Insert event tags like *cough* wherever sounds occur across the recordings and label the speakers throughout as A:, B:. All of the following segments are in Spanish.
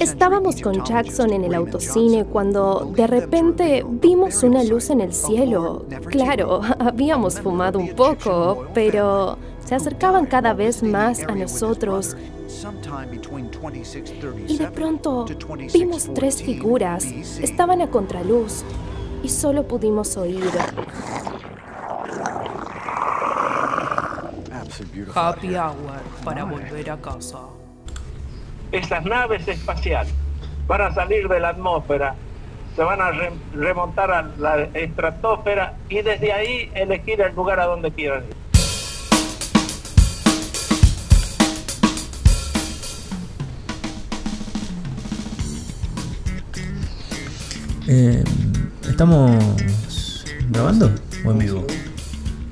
A: Estábamos con Jackson en el autocine cuando de repente vimos una luz en el cielo. Claro, *laughs* habíamos fumado un poco, pero se acercaban cada vez más a nosotros. Y de pronto vimos tres figuras. Estaban a contraluz y solo pudimos oír.
B: Happy hour para volver a casa.
C: Esas naves espaciales van a salir de la atmósfera, se van a re- remontar a la estratosfera y desde ahí elegir el lugar a donde quieran ir.
D: Eh, ¿Estamos grabando o en vivo?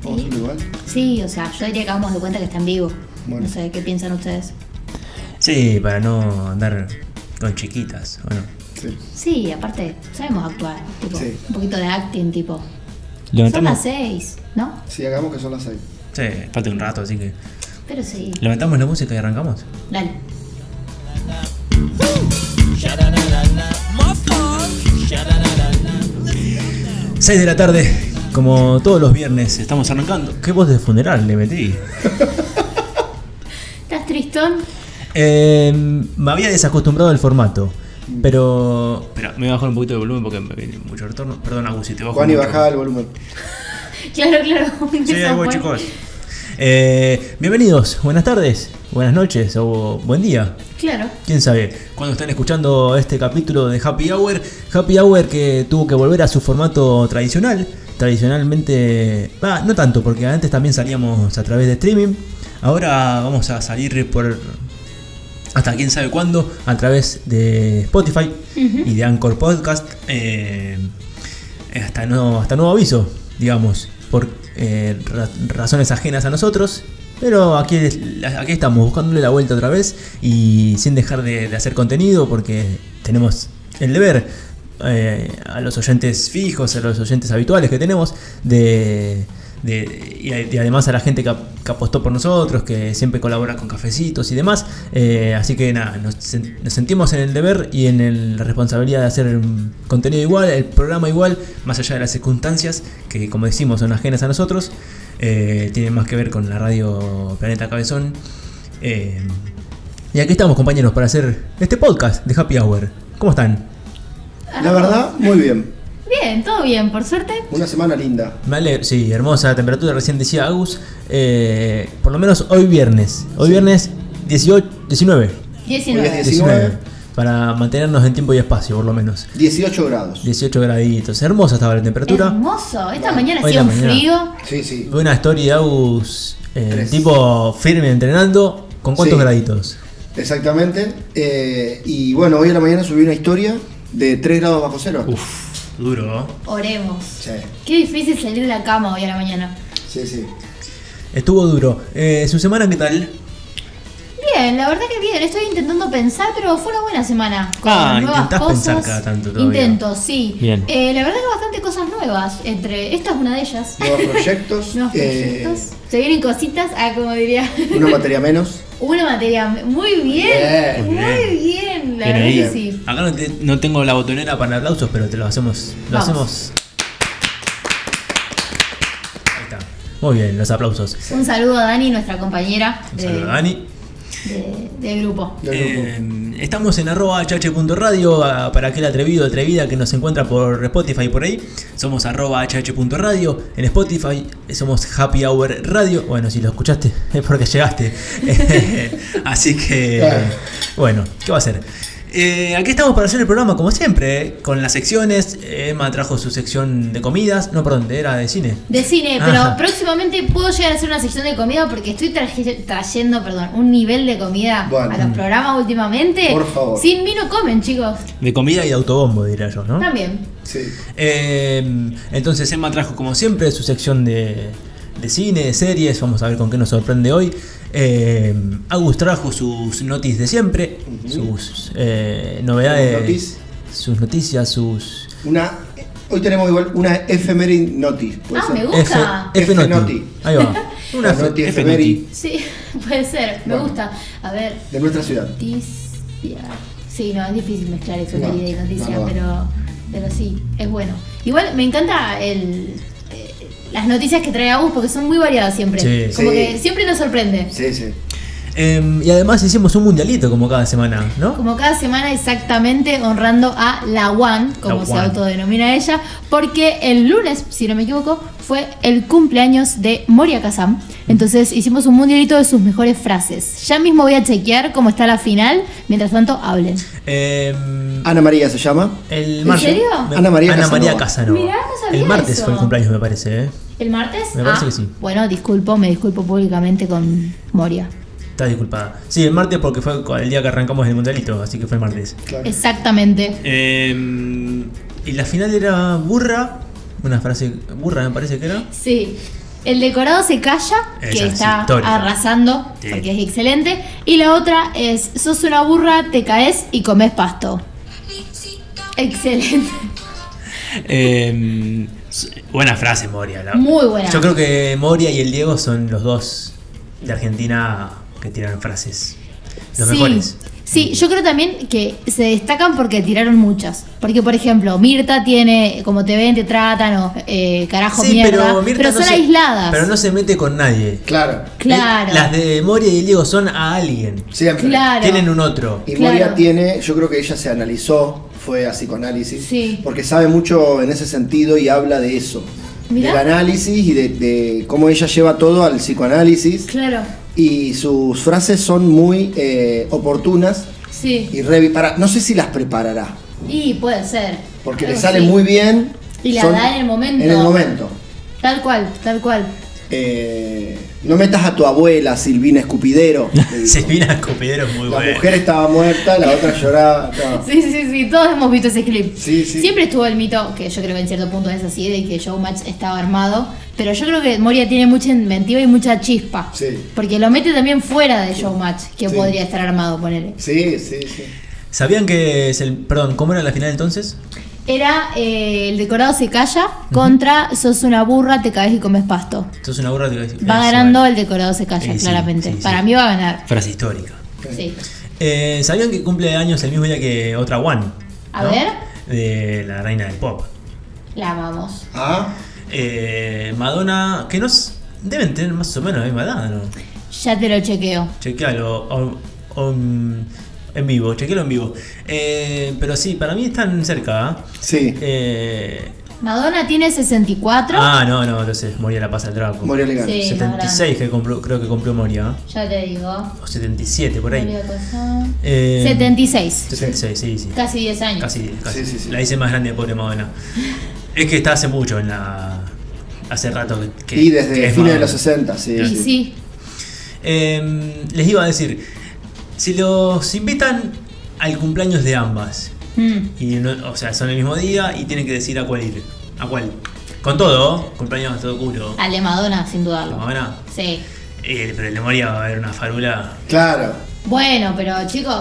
E: ¿Vamos a hacerlo igual?
F: Sí, o sea, yo diría que hagamos de cuenta que están vivos.
E: Bueno.
F: No sé, ¿qué piensan ustedes?
D: Sí, para no andar con chiquitas, ¿o no?
E: Sí.
F: Sí, aparte, sabemos actuar. Tipo,
E: Sí.
F: un poquito de acting, tipo. Son las
D: Levantamos.
F: seis, ¿no?
E: Sí, hagamos que son las 6.
D: Sí, falta un rato, así que.
F: Pero sí.
D: Levantamos la música y arrancamos.
F: Dale.
D: Seis de la tarde, como todos los viernes, estamos arrancando. ¿Qué voz de funeral le metí?
F: ¿Estás tristón? *laughs*
D: Eh, me había desacostumbrado al formato, pero. Espera, me voy a bajar un poquito de volumen porque me viene mucho retorno. Perdón, Agus, si te bajo.
E: Juan y
D: mucho.
E: bajaba el volumen.
F: Claro, claro.
D: Sí, ahí voy,
F: Bueno.
D: chicos. Eh, bienvenidos, buenas tardes, buenas noches o buen día.
F: Claro.
D: Quién sabe, cuando están escuchando este capítulo de Happy Hour, Happy Hour que tuvo que volver a su formato tradicional. Tradicionalmente, va, no tanto, porque antes también salíamos a través de streaming. Ahora vamos a salir por hasta quién sabe cuándo a través de Spotify y de Anchor Podcast. eh, hasta, no, hasta nuevo aviso, digamos, por eh, ra- razones ajenas a nosotros. Pero aquí, es- aquí estamos, buscándole la vuelta otra vez y sin dejar de, de hacer contenido porque tenemos el deber eh, a los oyentes fijos, a los oyentes habituales que tenemos, de, de- y, a- y además a la gente que, ap- que apostó por nosotros, que siempre colabora con cafecitos y demás. Eh, así que nada, nos, sen- nos sentimos en el deber y en el- la responsabilidad de hacer mm, contenido igual, el programa igual, más allá de las circunstancias que, como decimos, son ajenas a nosotros. eh, tienen más que ver con la radio Planeta Cabezón. Eh, y aquí estamos, compañeros, para hacer este podcast de Happy Hour. ¿Cómo están?
E: La verdad, muy bien.
F: Bien, todo bien, por suerte.
E: Una semana linda.
D: Me alegro, sí, hermosa temperatura, recién decía Agus. eh, por lo menos hoy viernes. Hoy viernes 18, 19.
F: 19.
E: Hoy es 19.
D: Para mantenernos en tiempo y espacio, por lo menos.
E: 18 grados.
D: 18 graditos. Hermosa estaba la temperatura.
F: Hermoso. Esta mañana
D: Hoy
F: hacía
D: la
F: un
D: mañana.
F: frío.
E: Sí, sí.
D: Una story de Agus, eh,
E: Tres.
D: tipo firme entrenando. ¿Con cuántos
E: Sí.
D: graditos?
E: Exactamente. Eh, y bueno, hoy a la mañana subí una historia de 3 grados bajo cero.
D: Uf, duro.
F: Oremos.
E: Sí,
F: Qué difícil salir de la cama hoy a la mañana.
E: sí, sí.
D: Estuvo duro. Eh, ¿Su semana qué tal?
F: Bien, la verdad que bien, estoy intentando pensar, pero fue una buena semana. Con
D: Ah,
F: nuevas
D: intentás
F: cosas.
D: pensar cada tanto todavía.
F: Intento, sí.
D: Bien.
F: Eh, la verdad que bastante cosas nuevas. Entre esta es una de ellas.
D: *laughs*
E: Nuevos proyectos.
F: Nuevos
E: eh,
F: proyectos. Se vienen cositas, ah, como diría. *laughs*
E: Una materia menos.
F: una materia. Muy bien.
D: Bien.
F: Muy bien. La
D: Bien
F: verdad
D: ahí.
F: que sí.
D: Acá no, te- no tengo la botonera para aplausos, pero te lo hacemos. Lo
F: Vamos.
D: hacemos. Ahí está. Muy bien, los aplausos.
F: Un saludo a Dani, nuestra compañera
D: Un
F: de,
D: saludo, Dani.
F: de- de grupo.
E: del grupo.
D: Eh, estamos en arroba hh.radio a- para aquel atrevido atrevida que nos encuentra por Spotify y por ahí. Somos arroba hh.radio. En Spotify somos Happy Hour Radio. Bueno, si lo escuchaste *laughs* es porque llegaste. *laughs* Así que,
E: Claro.
D: bueno, ¿qué va a ser? Eh, aquí estamos para hacer el programa como siempre, eh, con las secciones. Emma trajo su sección de comidas. No, perdón, era de cine.
F: De cine, pero
D: Ajá.
F: próximamente puedo llegar a hacer una sección de comida porque estoy traje- trayendo, perdón, un nivel de comida
E: Bueno.
F: a los programas últimamente.
E: Por favor.
F: Sin mí no comen, chicos.
D: De comida y de autobombo, diría yo,
E: ¿Ah?
D: ¿no?
F: También.
E: Sí.
D: Eh, entonces Emma trajo como siempre su sección de, de cine, de series, vamos a ver con qué nos sorprende hoy. Eh, Agus trajo sus notis de siempre, sus eh, novedades,
E: Sus notis.
D: sus noticias, sus...
E: Una. Hoy tenemos igual una efeméride notice. puede
F: Ah,
E: ser.
F: me gusta.
D: F,
E: F
D: noti.
E: noti.
F: *laughs*
D: Ahí va. Una
E: La Noti
D: fe-
E: Efemeri
F: Sí, *laughs* puede ser, me
E: Bueno.
F: gusta. A ver,
E: de nuestra ciudad.
F: noticia. Sí, no, es difícil mezclar efeméride y
E: No,
F: noticia,
E: no, no.
F: pero, pero sí, es bueno. Igual me encanta el, eh, las noticias que trae Agus porque son muy variadas siempre.
D: Sí.
F: Como
E: Sí.
F: que siempre nos sorprende.
E: Sí, sí.
D: Em, y además hicimos un mundialito como cada semana, ¿no?
F: Como cada semana exactamente honrando a la One, como
D: La
F: se
D: One.
F: autodenomina ella, porque el lunes, si no me equivoco, fue el cumpleaños de Moria Kazam. Entonces hicimos un mundialito de sus mejores frases. Ya mismo voy a chequear cómo está la final, mientras tanto hablen.
D: Em,
E: Ana María se llama.
D: el
F: ¿En
D: martes-
F: serio?
D: me-
E: Ana María Casanova.
D: Casanova.
F: Mirá, no sabía
D: el martes
F: eso.
D: fue el cumpleaños, me parece, ¿eh?
F: ¿El martes? Ah.
D: Me parece que sí.
F: Bueno, disculpo, me disculpo públicamente con Moria.
D: Está disculpada. Sí, el martes porque fue el día que arrancamos el mundialito, así que fue el martes.
E: Claro.
F: Exactamente.
D: Em, y la final era burra. Una frase burra, me parece que era.
F: Sí. El decorado se calla,
D: Esa
F: que
D: es
F: está
D: histórica.
F: arrasando,
D: Sí.
F: porque es excelente. Y la otra es, sos una burra, te caes y comes pasto. Excelente.
D: Em, s- buena frase, Moria. la-
F: Muy buena.
D: Yo creo que Moria y el Diego son los dos de Argentina que tiran frases. Los
F: sí.
D: mejores.
F: Sí, yo creo también que se destacan porque tiraron muchas. Porque, por ejemplo, Mirta tiene, como te ven, te tratan, o eh, carajo,
D: Sí,
F: mierda. Pero,
D: Mirta no
F: son
D: se-
F: aisladas.
D: Pero no se mete con nadie.
E: Claro.
F: Claro.
D: Las de Moria y el Diego son a alguien.
E: Siempre.
F: Claro.
D: Tienen un otro.
E: Y
F: Claro.
E: Moria tiene, yo creo que ella se analizó, fue a psicoanálisis,
F: Sí.
E: porque sabe mucho en ese sentido y habla de eso.
F: Mirá.
E: Del análisis y de, de cómo ella lleva todo al psicoanálisis.
F: Claro,
E: Y sus frases son muy eh, oportunas
F: sí.
E: y revi para, no sé si las preparará,
F: Y puede ser.
E: porque le
F: Algo
E: sale
F: así.
E: muy bien.
F: Y la da en el momento.
E: En el momento.
F: Tal cual, tal cual.
E: Eh, no metas a tu abuela, Silvina Escupidero. le dijo.
D: Silvina Escopedero es muy
E: La
D: buena.
E: mujer estaba muerta, la otra lloraba. no.
F: Sí, sí, sí, todos hemos visto ese clip.
E: Sí, sí.
F: Siempre estuvo el mito, que yo creo que en cierto punto es así, de que Showmatch estaba armado. Pero yo creo que Moria tiene mucha inventiva y mucha chispa.
E: Sí.
F: Porque lo mete también fuera de Showmatch, que
E: Sí.
F: podría estar armado, ponele.
E: Sí, sí, sí.
D: ¿Sabían que es el. Perdón, ¿cómo era la final entonces?
F: Era eh, el decorado se calla contra sos una burra, te caes y comes pasto.
D: Esto es una burra de.
F: Va ganando el decorado se calla,
D: Sí, sí,
F: claramente.
D: sí, sí.
F: Para mí va a ganar.
D: Frase histórica.
F: Sí.
D: Eh, ¿Sabían que cumple años el mismo día que otra One?
F: A ver.
D: De la reina del pop.
F: La amamos.
E: Ah,
D: Eh, Madonna, que nos deben tener más o menos la misma edad, ¿no?
F: Ya te lo chequeo.
D: Chequealo on- on- en vivo, chequealo en vivo. Eh, pero sí, para mí están cerca. ¿ah?
E: sí.
D: Eh,
F: Madonna tiene 64.
D: ah, no, no, entonces Moria la pasa el trapo.
E: Moria Legal.
F: Sí, más grande.
D: 76 que compró- creo que cumplió Moria, ¿ah?
F: Ya te digo.
D: o 77 por ahí.
F: María Cosa.
D: Eh,
F: 76.
D: 76, sí, sí.
F: Casi 10 años.
D: Casi, casi.
E: Sí, sí, sí.
D: La hice más grande, pobre Madonna. Es que está hace mucho en la. Hace rato que.
E: y
D: que
E: desde
D: es
E: fines de
D: Madonna.
E: los 60, sí.
F: Y sí.
D: Eh, les iba a decir: si los invitan al cumpleaños de ambas,
F: Mm.
D: y no- o sea, son el mismo día y tienen que decir a cuál ir. ¿A cuál? Con todo, ¿oh? cumpleaños a todo culo.
F: Al de Madonna, sin dudarlo.
D: Madonna.
F: Sí.
D: Eh, pero el de Moria va a haber una farula.
E: Claro.
F: Bueno, pero chicos,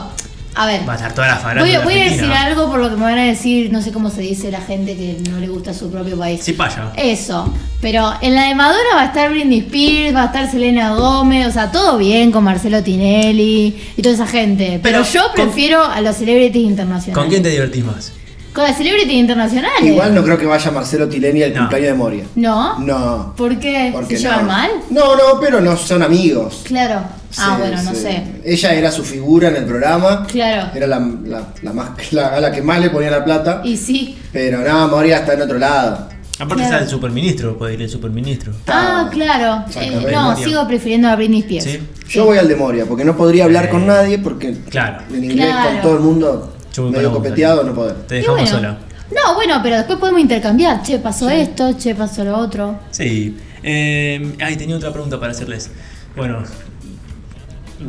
F: a ver.
D: Va a estar toda la farula.
F: Voy, voy a decir algo por lo que me van a decir, no sé cómo se dice la gente que no le gusta su propio país.
D: Sí, paya.
F: Eso, pero en la de Madonna va a estar Britney Spears, va a estar Selena Gómez, o sea, todo bien con Marcelo Tinelli y toda esa gente. Pero,
D: Pero,
F: yo
D: ¿con-
F: prefiero a los celebrities internacionales.
D: ¿Con quién te divertís más?
F: Con las celebrities internacionales.
E: Igual no creo que vaya Marcelo Tileni al
D: No.
E: cumpleaños de Moria.
F: ¿No?
E: No.
F: ¿Por qué?
E: Porque
F: ¿Se llevan
E: no.
F: mal?
E: No, no, pero no son amigos.
F: Claro. Ah,
E: Sí,
F: bueno, no
E: sí.
F: sé.
E: Ella era su figura en el programa.
F: Claro.
E: Era la, la, la más, la, a la que más le ponía la plata.
F: Y sí.
E: Pero no, Moria está en otro lado.
D: Aparte
F: Claro.
D: está el superministro, puede ir el superministro.
F: Ah,
E: Ah,
F: claro.
E: exactamente.
F: Eh, no,
D: Bien.
F: sigo prefiriendo a Britney Spears.
D: Sí.
E: Yo voy al de Moria porque no podría hablar
D: Eh,
E: con nadie porque
D: claro.
E: en inglés
F: Claro.
E: con todo el mundo
D: Yo voy
E: medio
D: con la
E: copeteado
D: otra.
E: no poder.
D: Te
F: Y
D: dejamos
F: bueno.
D: sola.
F: No, bueno, pero después podemos intercambiar. Che, pasó esto, che, pasó lo otro.
D: Sí. Eh, ay, tenía otra pregunta para hacerles. Bueno,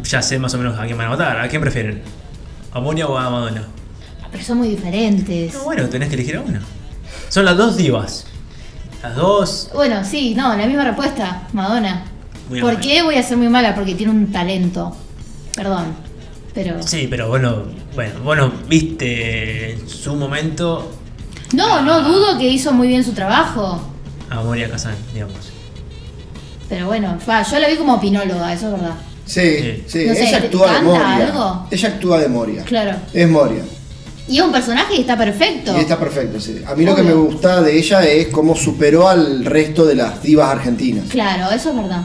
D: ya sé más o menos a quién van a votar. ¿A quién prefieren? ¿A Moria o a Madonna?
F: Pero son muy diferentes.
D: No, bueno, tenés que elegir a una. Son las dos divas. Las dos.
F: Bueno, sí, no, la misma respuesta, Madonna.
D: Muy
F: ¿Por
D: amable.
F: qué voy a ser muy mala? Porque tiene un talento. Perdón. Pero.
D: Sí, pero vos no, bueno, vos no viste en su momento
F: No, no dudo que hizo muy bien su trabajo.
D: a Moria Kazan, digamos.
F: Pero bueno, va, yo la vi como opinóloga, eso es verdad.
E: Sí, sí.
F: No sé,
E: ella
F: ¿te
E: actúa de
F: canta
E: Moria.
F: algo?
E: Ella actúa de Moria.
F: Claro.
E: Es Moria.
F: Y es un personaje y está perfecto.
E: Y está perfecto, sí. A mí lo que me
F: Obvio.
E: gusta de ella es cómo superó al resto de las divas argentinas.
F: Claro, eso es verdad.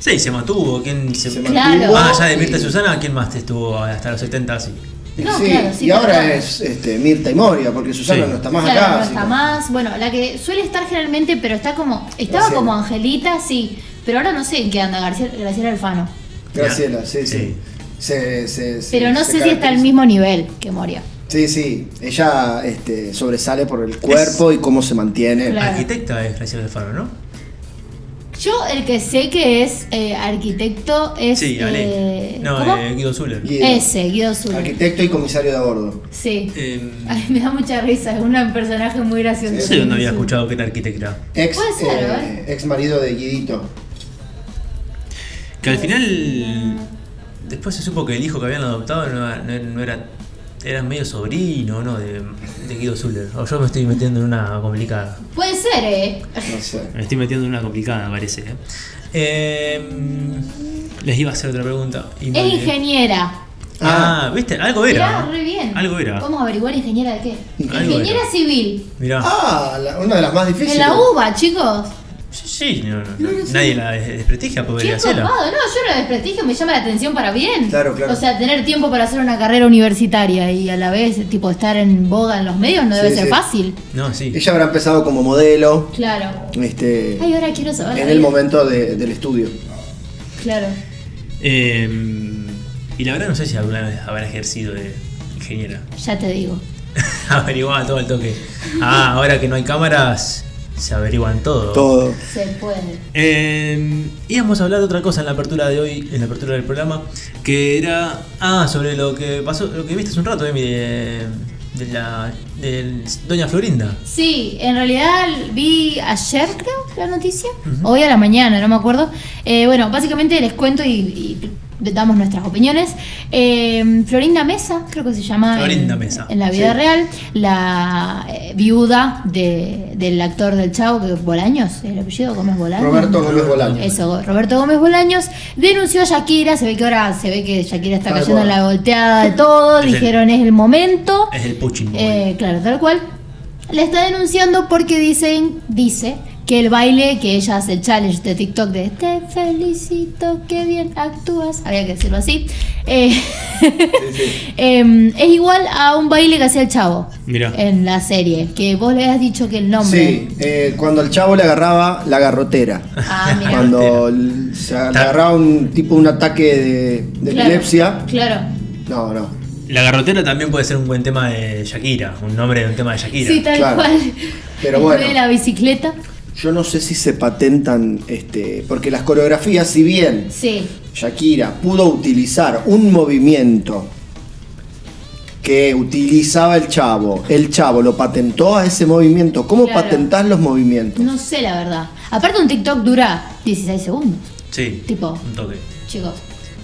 D: Sí, se mantuvo. ¿Quién se...
E: Se
F: Claro.
E: mantuvo
D: Ah, ya de
E: y-
D: Mirta Susana, ¿quién más estuvo hasta los 70 así?
F: No,
E: sí,
F: claro, sí,
E: y ahora
F: claro.
E: es este, Mirta y Moria, porque Susana
D: Sí.
E: no está más
F: claro,
E: acá.
F: no
E: así
F: está
E: que-
F: más. Bueno, la que suele estar generalmente, pero está como. Estaba
E: Graciela.
F: como Angelita, sí. Pero ahora no sé en qué anda García, Graciela Alfano.
E: Graciela, sí,
D: Sí.
E: sí. Se- se- se-
F: Pero no
E: se
F: sé si está al
E: caracteriza.
F: mismo nivel que Moria.
E: Sí, sí. Ella este, sobresale por el cuerpo y cómo se mantiene.
F: Claro.
D: Arquitecta es Graciela Alfaro, ¿no?
F: Yo, el que sé que es eh, arquitecto es.
D: Sí, Ale.
F: eh,
D: no,
F: ¿cómo?
D: eh, Guido Zuller.
E: Y-
F: Ese, Guido Zuller.
E: Arquitecto y comisario de a bordo.
F: Sí.
D: Eh,
F: Ay, me da mucha risa, es un personaje muy gracioso.
D: no sé dónde había escuchado que era arquitecta.
E: Ex,
F: Puede ser, ¿eh?
E: ex marido de Guidito.
F: Eh,
D: Que al final. Después se supo que el hijo que habían adoptado no, era- no era- no era. Era medio sobrino, ¿no? De, de Guido Zuller. O yo me estoy metiendo en una complicada.
F: Puede ser, ¿eh?
E: No sé.
D: Me estoy metiendo en una complicada, me parece. ¿eh? Eh, les iba a hacer otra pregunta. y me
F: Es
D: olvidé.
F: ingeniera.
D: Ah, ¿viste? eh. Algo era.
F: Mirá, re bien.
D: Algo era.
F: Vamos a averiguar ingeniera de qué.
D: Algo
F: Ingeniera
D: era.
F: civil.
D: Mirá.
E: Ah, la- una de las más difíciles.
F: En la UBA, chicos.
D: Sí, sí, no, no, no. Nadie la des- desprestigia, pobre
F: Qué
D: Graciela.
F: copado. No, yo lo desprestigio me llama la atención para bien.
E: Claro, claro.
F: O sea, tener tiempo para hacer una carrera universitaria y a la vez, tipo, estar en boga en los medios no debe
E: Sí,
F: ser
E: sí.
F: fácil.
D: No, sí.
E: Ella habrá empezado como modelo.
F: Claro.
E: Este,
F: Ay, ahora quiero saber. la
E: en el
F: vida.
E: momento de- del estudio.
F: Claro.
D: Eh, y la verdad no sé si alguna vez habrá ejercido de ingeniera. *laughs*
F: Ya te digo.
D: Averiguaba todo el toque. Ah, ahora que no hay cámaras, se averiguan todo.
E: Todo.
F: Se puede.
D: Eh, íbamos a hablar de otra cosa en la apertura de hoy, en la apertura del programa, que era. Ah, sobre lo que pasó, lo que viste hace un rato, Emi, de, de la. de Doña Florinda.
F: Sí, en realidad vi ayer, creo, la noticia. Hoy a la mañana, no me acuerdo. Eh, bueno, básicamente les cuento y, y damos nuestras opiniones. Eh, Florinda Mesa, creo que se llama.
D: Florinda
F: en,
D: Mesa,
F: En la vida
E: sí.
F: real, la eh, viuda de- del actor del Chavo, que es Bolaños, el apellido Gómez Bolaños.
E: Roberto Gómez Bolaño.
F: Eso, Roberto Gómez Bolaños denunció a Shakira, se ve que ahora se ve que Shakira está
E: Tal
F: cayendo en
E: cual.
F: la volteada de todo,
D: Es el-
F: dijeron es el momento.
D: Es el Puching Boy.
F: Eh, claro, tal cual. La está denunciando porque dicen, dice que el baile que ella hace el challenge de TikTok de Te felicito, qué bien actúas, había que decirlo así, eh, *laughs* em, es igual a un baile que hacía el chavo
D: Mirá.
F: en la serie, que vos le has dicho que el nombre...
E: Sí, eh, cuando el chavo le agarraba la
F: *laughs*
E: garrotera.
F: Ah, mirá.
E: Cuando l- se agarraba un tipo un ataque de, de
F: Claro,
E: epilepsia.
F: Claro.
E: No, no.
D: La garrotera también puede ser un buen tema de Shakira, un nombre de un tema de Shakira.
F: Sí, tal
E: Claro.
F: cual.
E: Pero
F: *laughs* El
E: bueno.
F: de la bicicleta.
E: Yo no sé si se patentan, este, porque las coreografías, si bien
F: Sí.
E: Shakira pudo utilizar un movimiento que utilizaba el chavo, el chavo lo patentó a ese movimiento. ¿Cómo
F: Claro.
E: patentás los movimientos?
F: No sé la verdad. Aparte un TikTok dura 16 segundos,
D: Sí,
F: Tipo.
D: Un toque.
F: chicos.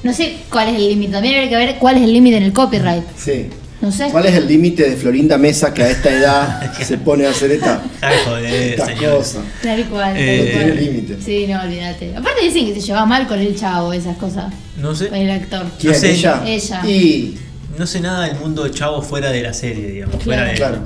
F: No sé cuál es el límite. También hay que ver cuál es el límite en el copyright.
E: Sí.
F: No sé.
E: ¿Cuál es el límite de Florinda Mesa que a esta
F: *laughs*
E: edad se pone a hacer esta,
D: Ay,
F: Eh,
D: joder,
E: esta
D: señor.
E: cosa?
F: Tal cual. tal
D: Eh,
E: No tiene
F: cual.
E: límite.
F: Sí, no, olvídate. Aparte dicen que se llevaba mal con el chavo, esas cosas.
D: No
F: Con
D: sé,
F: el actor.
E: ¿Quién?
D: No sé.
E: ¿Ella?
F: Ella.
E: Y
D: no sé nada del mundo de Chavo fuera de la serie, digamos, fuera
F: Eh,
D: de,
E: Claro.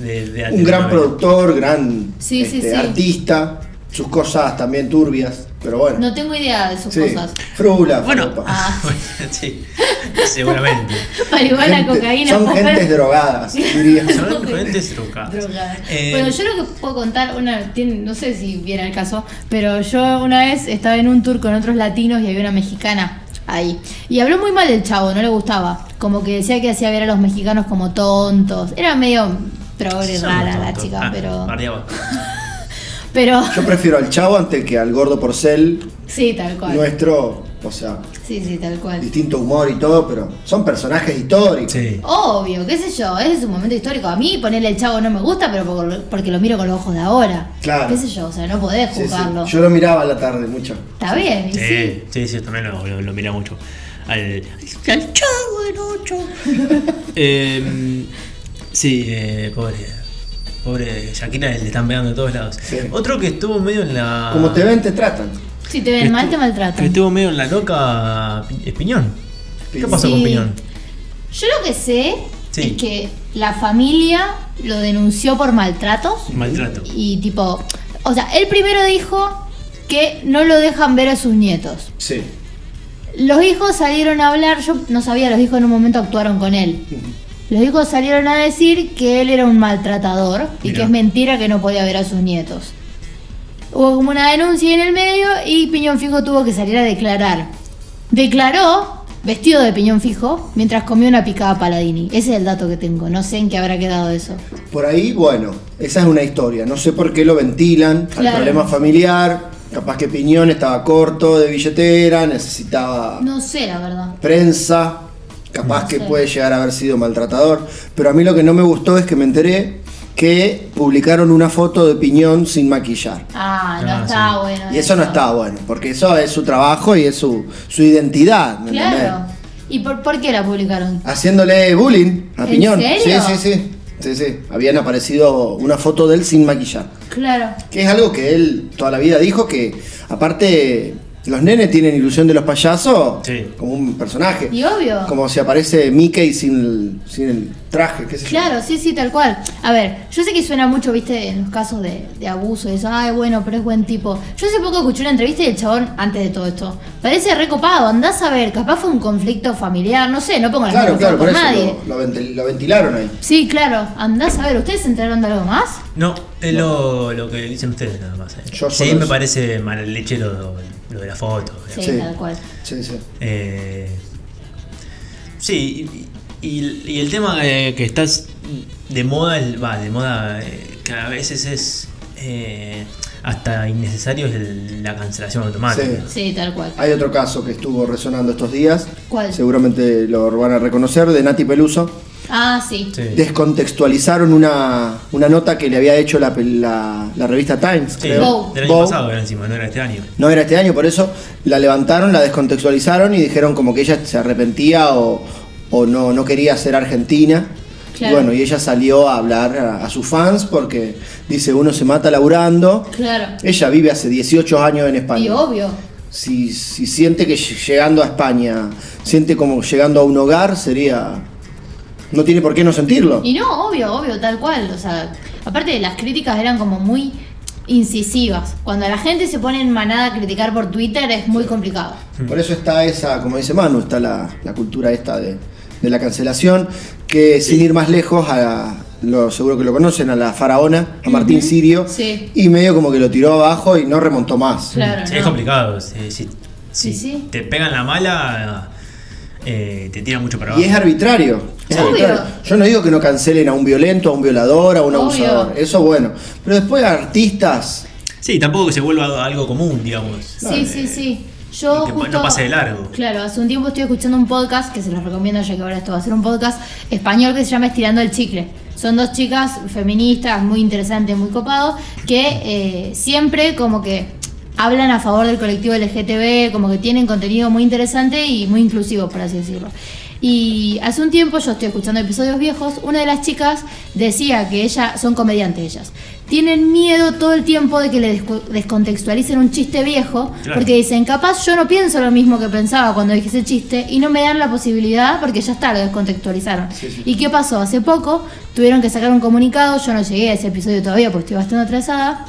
D: de- de la
E: un gran
D: telenovela.
E: productor, gran
F: Sí, sí,
E: este,
F: sí.
E: artista, sus cosas también turbias, pero bueno.
F: No tengo idea de sus
E: sí.
F: cosas. *laughs*
E: Frula,
D: *laughs* Bueno,
E: fropa.
F: Ah.
D: sí,
F: *laughs*
D: seguramente.
F: Para igual la
E: Gente-
F: cocaína.
E: Son
F: papá.
E: gentes
F: *laughs*
E: drogadas, diría.
D: Son diferentes trucas.
F: Droga.
D: Eh,
F: bueno, yo lo que puedo contar, una, tiene- no sé si viene el caso, pero yo una vez estaba en un tour con otros latinos y había una mexicana ahí. Y habló muy mal del chavo, no le gustaba. Como que decía que hacía ver a los mexicanos como tontos. Era medio progre
D: son
F: rara la
D: tontos.
F: chica,
D: Ah,
F: pero.
D: bardeaba.
F: Pero. *laughs*
E: Yo prefiero al chavo antes que al gordo porcel,
F: Sí, tal cual.
E: nuestro, o sea,
F: Sí, sí, tal cual.
E: distinto humor y todo, pero son personajes históricos.
D: Sí.
F: Obvio, qué sé yo, ese es un momento histórico. A mí ponerle el chavo no me gusta, pero por- porque lo miro con los ojos de ahora.
E: Claro.
F: Qué sé yo, o sea, no podés
E: Sí, sí.
F: juzgarlo.
E: Yo lo miraba a la tarde mucho.
F: Está bien, y sí.
D: Eh, sí, sí, también lo, lo, lo mira mucho. Al, al chavo del *laughs* 8. Em, sí, eh, pobre. Pobre Shakira, le están pegando de todos lados.
E: Sí.
D: Otro que estuvo medio en la.
E: Como te ven, te tratan.
F: Si te ven
D: que
F: mal,
D: estu-
F: te maltratan.
D: Que estuvo medio en la loca Pi- eh, Piñón. ¿Qué
E: Sí.
D: pasó con
F: Sí.
D: Piñón?
F: Yo lo que sé
D: Sí.
F: es que la familia lo denunció por maltratos
D: Maltrato.
F: y tipo, o sea, él primero dijo que no lo dejan ver a sus nietos.
E: Sí.
F: Los hijos salieron a hablar, yo no sabía, los hijos en un momento actuaron con él. Los hijos salieron a decir que él era un maltratador y
D: Mirá.
F: que es mentira que no podía ver a sus nietos. Hubo como una denuncia en el medio y Piñón Fijo tuvo que salir a declarar. Declaró vestido de Piñón Fijo mientras comía una picada paladini. Ese es el dato que tengo, no sé en qué habrá quedado eso.
E: Por ahí, bueno, esa es una historia. No sé por qué lo ventilan. Al
F: Claro.
E: problema familiar. Capaz que Piñón estaba corto de billetera, necesitaba
F: No sé, la verdad.
E: prensa. Capaz que puede llegar a haber sido maltratador. Pero a mí lo que no me gustó es que me enteré que publicaron una foto de Piñón sin maquillar.
F: Ah, no
D: Ah,
F: está
D: sí.
F: bueno.
E: Y eso no está bueno, porque eso es su trabajo y es su, su identidad. ¿me
F: Claro.
E: entendés?
F: ¿Y por, por qué la publicaron?
E: Haciéndole bullying a
F: ¿En
E: Piñón.
F: serio?
E: Sí, sí, sí. Sí, sí. Habían aparecido una foto de él sin maquillar.
F: Claro.
E: Que es algo que él toda la vida dijo que, aparte, los nenes tienen ilusión de los payasos
D: Sí.
E: como un personaje.
F: Y obvio.
E: Como si aparece Mickey sin el, sin el traje, qué sé yo.
F: Claro, sí, sí, tal cual. A ver, yo sé que suena mucho, viste, en los casos de, de abuso, y eso, ay, bueno, pero es buen tipo. Yo hace poco escuché una entrevista del chabón antes de todo esto. Parece recopado, andás a ver, capaz fue un conflicto familiar, no sé, no pongo las
E: Claro,
F: manos
E: claro,
F: por
E: por eso
F: nadie.
E: lo, lo ventil- lo ventilaron ahí.
F: Sí, claro, andás a ver, ¿ustedes se enteraron de algo más?
D: No, es lo, lo que dicen ustedes nada más. eh.
E: Yo
D: sí,
E: solo
D: me
E: eso.
D: parece mal leche lo, lo de la foto.
F: Sí,
E: Sí.
F: tal cual.
E: Sí, sí.
D: Eh, sí, y, y- y el tema eh, que estás de moda, el- va, de moda, eh, que a veces es eh, hasta innecesario es el- la cancelación automática.
E: Sí.
F: Sí, tal cual.
E: Hay otro caso que estuvo resonando estos días.
F: ¿Cuál?
E: Seguramente lo van a reconocer, de Nati Peluso.
F: Ah, sí.
D: Sí.
E: Descontextualizaron una, una nota que le había hecho la, pel- la- la revista Times,
D: Sí,
E: creo.
F: Vogue.
D: Del año
E: Vogue.
D: pasado era encima, no era este año.
E: No era este año, por eso la levantaron, la descontextualizaron y dijeron como que ella se arrepentía o, o no, no quería ser argentina.
F: Claro.
E: Y bueno, y ella salió a hablar a, a sus fans porque dice uno se mata laburando.
F: Claro.
E: Ella vive hace 18 años en España.
F: Y obvio.
E: Si, si siente que ll- llegando a España, siente como llegando a un hogar, sería... No tiene por qué no sentirlo.
F: Y no, obvio, obvio, tal cual. O sea, aparte las críticas eran como muy incisivas. Cuando la gente se pone en manada a criticar por Twitter es muy complicado.
E: Por eso está esa, como dice Manu, está la, la cultura esta de, de la cancelación, que sin ir más lejos, a, lo, seguro que lo conocen, a la faraona, a Martín Sirio,
F: Sí.
E: y medio como que lo tiró abajo y no remontó más.
F: Claro,
D: Sí,
F: ¿no?
D: Es complicado. sí, Si, si
F: sí.
D: te pegan la mala, eh, te tira mucho para
E: Y
D: abajo.
E: es arbitrario. es
F: Obvio.
E: arbitrario. Yo no digo que no cancelen a un violento, a un violador, a un
F: Obvio.
E: abusador. Eso bueno. Pero después artistas.
D: Sí, tampoco que se vuelva algo común, digamos.
F: Sí, sí, sí. Yo
D: Y que
F: justo,
D: no pase de largo.
F: Claro, hace un tiempo estoy escuchando un podcast que se los recomiendo ya que ahora esto va a ser un podcast español que se llama Estirando el Chicle. Son dos chicas feministas muy interesantes, muy copados, que eh, siempre como que hablan a favor del colectivo LGTB, como que tienen contenido muy interesante y muy inclusivo, por así decirlo. Y hace un tiempo yo estoy escuchando episodios viejos, una de las chicas decía que ellas son comediantes ellas. Tienen miedo todo el tiempo de que le descu- descontextualicen un chiste viejo,
D: Claro.
F: porque dicen, capaz yo no pienso lo mismo que pensaba cuando dije ese chiste y no me dan la posibilidad porque ya está, lo descontextualizaron. ¿Y qué pasó? Hace poco tuvieron que sacar un comunicado, yo no llegué a ese episodio todavía porque estoy bastante atrasada,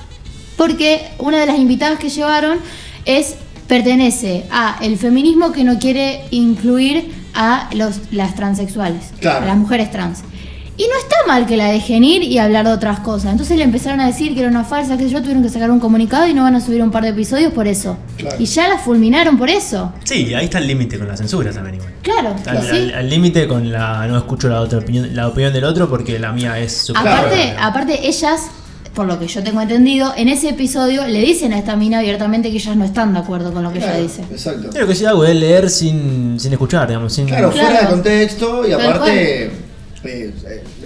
F: porque una de las invitadas que llevaron es pertenece a el feminismo que no quiere incluir a los, las transexuales,
E: Claro.
F: a las mujeres trans. Y no está mal que la dejen ir y hablar de otras cosas. Entonces le empezaron a decir que era una falsa, que yo tuvieron que sacar un comunicado y no van a subir un par de episodios por eso.
E: Claro.
F: Y ya la fulminaron por eso.
D: Sí, ahí está el límite con la censura también igual.
F: Claro,
D: Al-
F: sí.
D: al- Al límite con la no escucho la otra opinión, la opinión del otro porque la mía es superior.
F: Aparte, aparte ellas, por lo que yo tengo entendido, en ese episodio le dicen a esta mina abiertamente que ellas no están de acuerdo con lo que
E: Claro,
F: ella dice.
E: Exacto.
D: Yo lo que sí hago es leer sin, sin escuchar, digamos, sin
E: Claro, fuera de
F: Claro.
E: contexto y
F: Tal
E: aparte, eh, eh,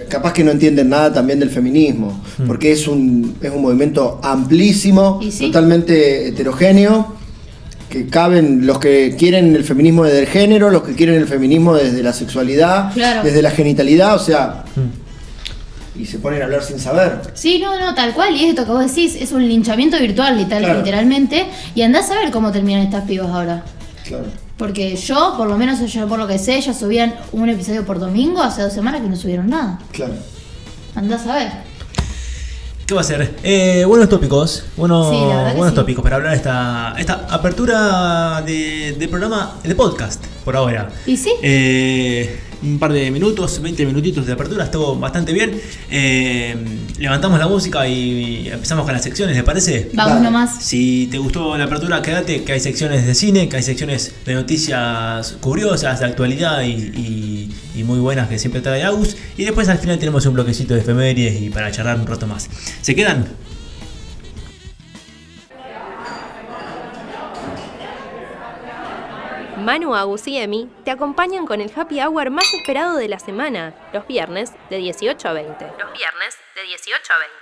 E: capaz que no entienden nada también del feminismo, porque es un, es un movimiento amplísimo,
F: Y sí.
E: totalmente heterogéneo, que caben los que quieren el feminismo desde el género, los que quieren el feminismo desde la sexualidad,
F: Claro.
E: desde la genitalidad, o sea, y se ponen a hablar sin saber.
F: Sí, no, no, tal cual, y es esto que vos decís, es un linchamiento virtual, literal-
E: Claro.
F: literalmente, y andás a ver cómo terminan estas pibas ahora.
E: Claro.
F: Porque yo, por lo menos yo por lo que sé, ellas subían un episodio por domingo, hace dos semanas que no subieron nada.
E: Claro.
F: Andás a ver.
D: ¿Qué va a ser? Eh, buenos tópicos, buenos,
F: Sí, la verdad que
D: buenos
F: sí.
D: tópicos para hablar esta, esta apertura de, de programa, de podcast, por ahora.
F: ¿Y sí?
D: Eh, un par de minutos, 20 minutitos de apertura, estuvo bastante bien. Eh, levantamos la música y, y empezamos con las secciones, ¿le parece?
F: Vamos
E: Dale.
F: nomás.
D: Si te gustó la apertura, quédate, que hay secciones de cine, que hay secciones de noticias curiosas, de actualidad y, y- y muy buenas que siempre trae Agus. Y después al final tenemos un bloquecito de efemérides y para charlar un rato más. ¿Se quedan?
A: Manu, Agus y Emi te acompañan con el happy hour más esperado de la semana, los viernes de 18 a 20. Los viernes de 18 a 20.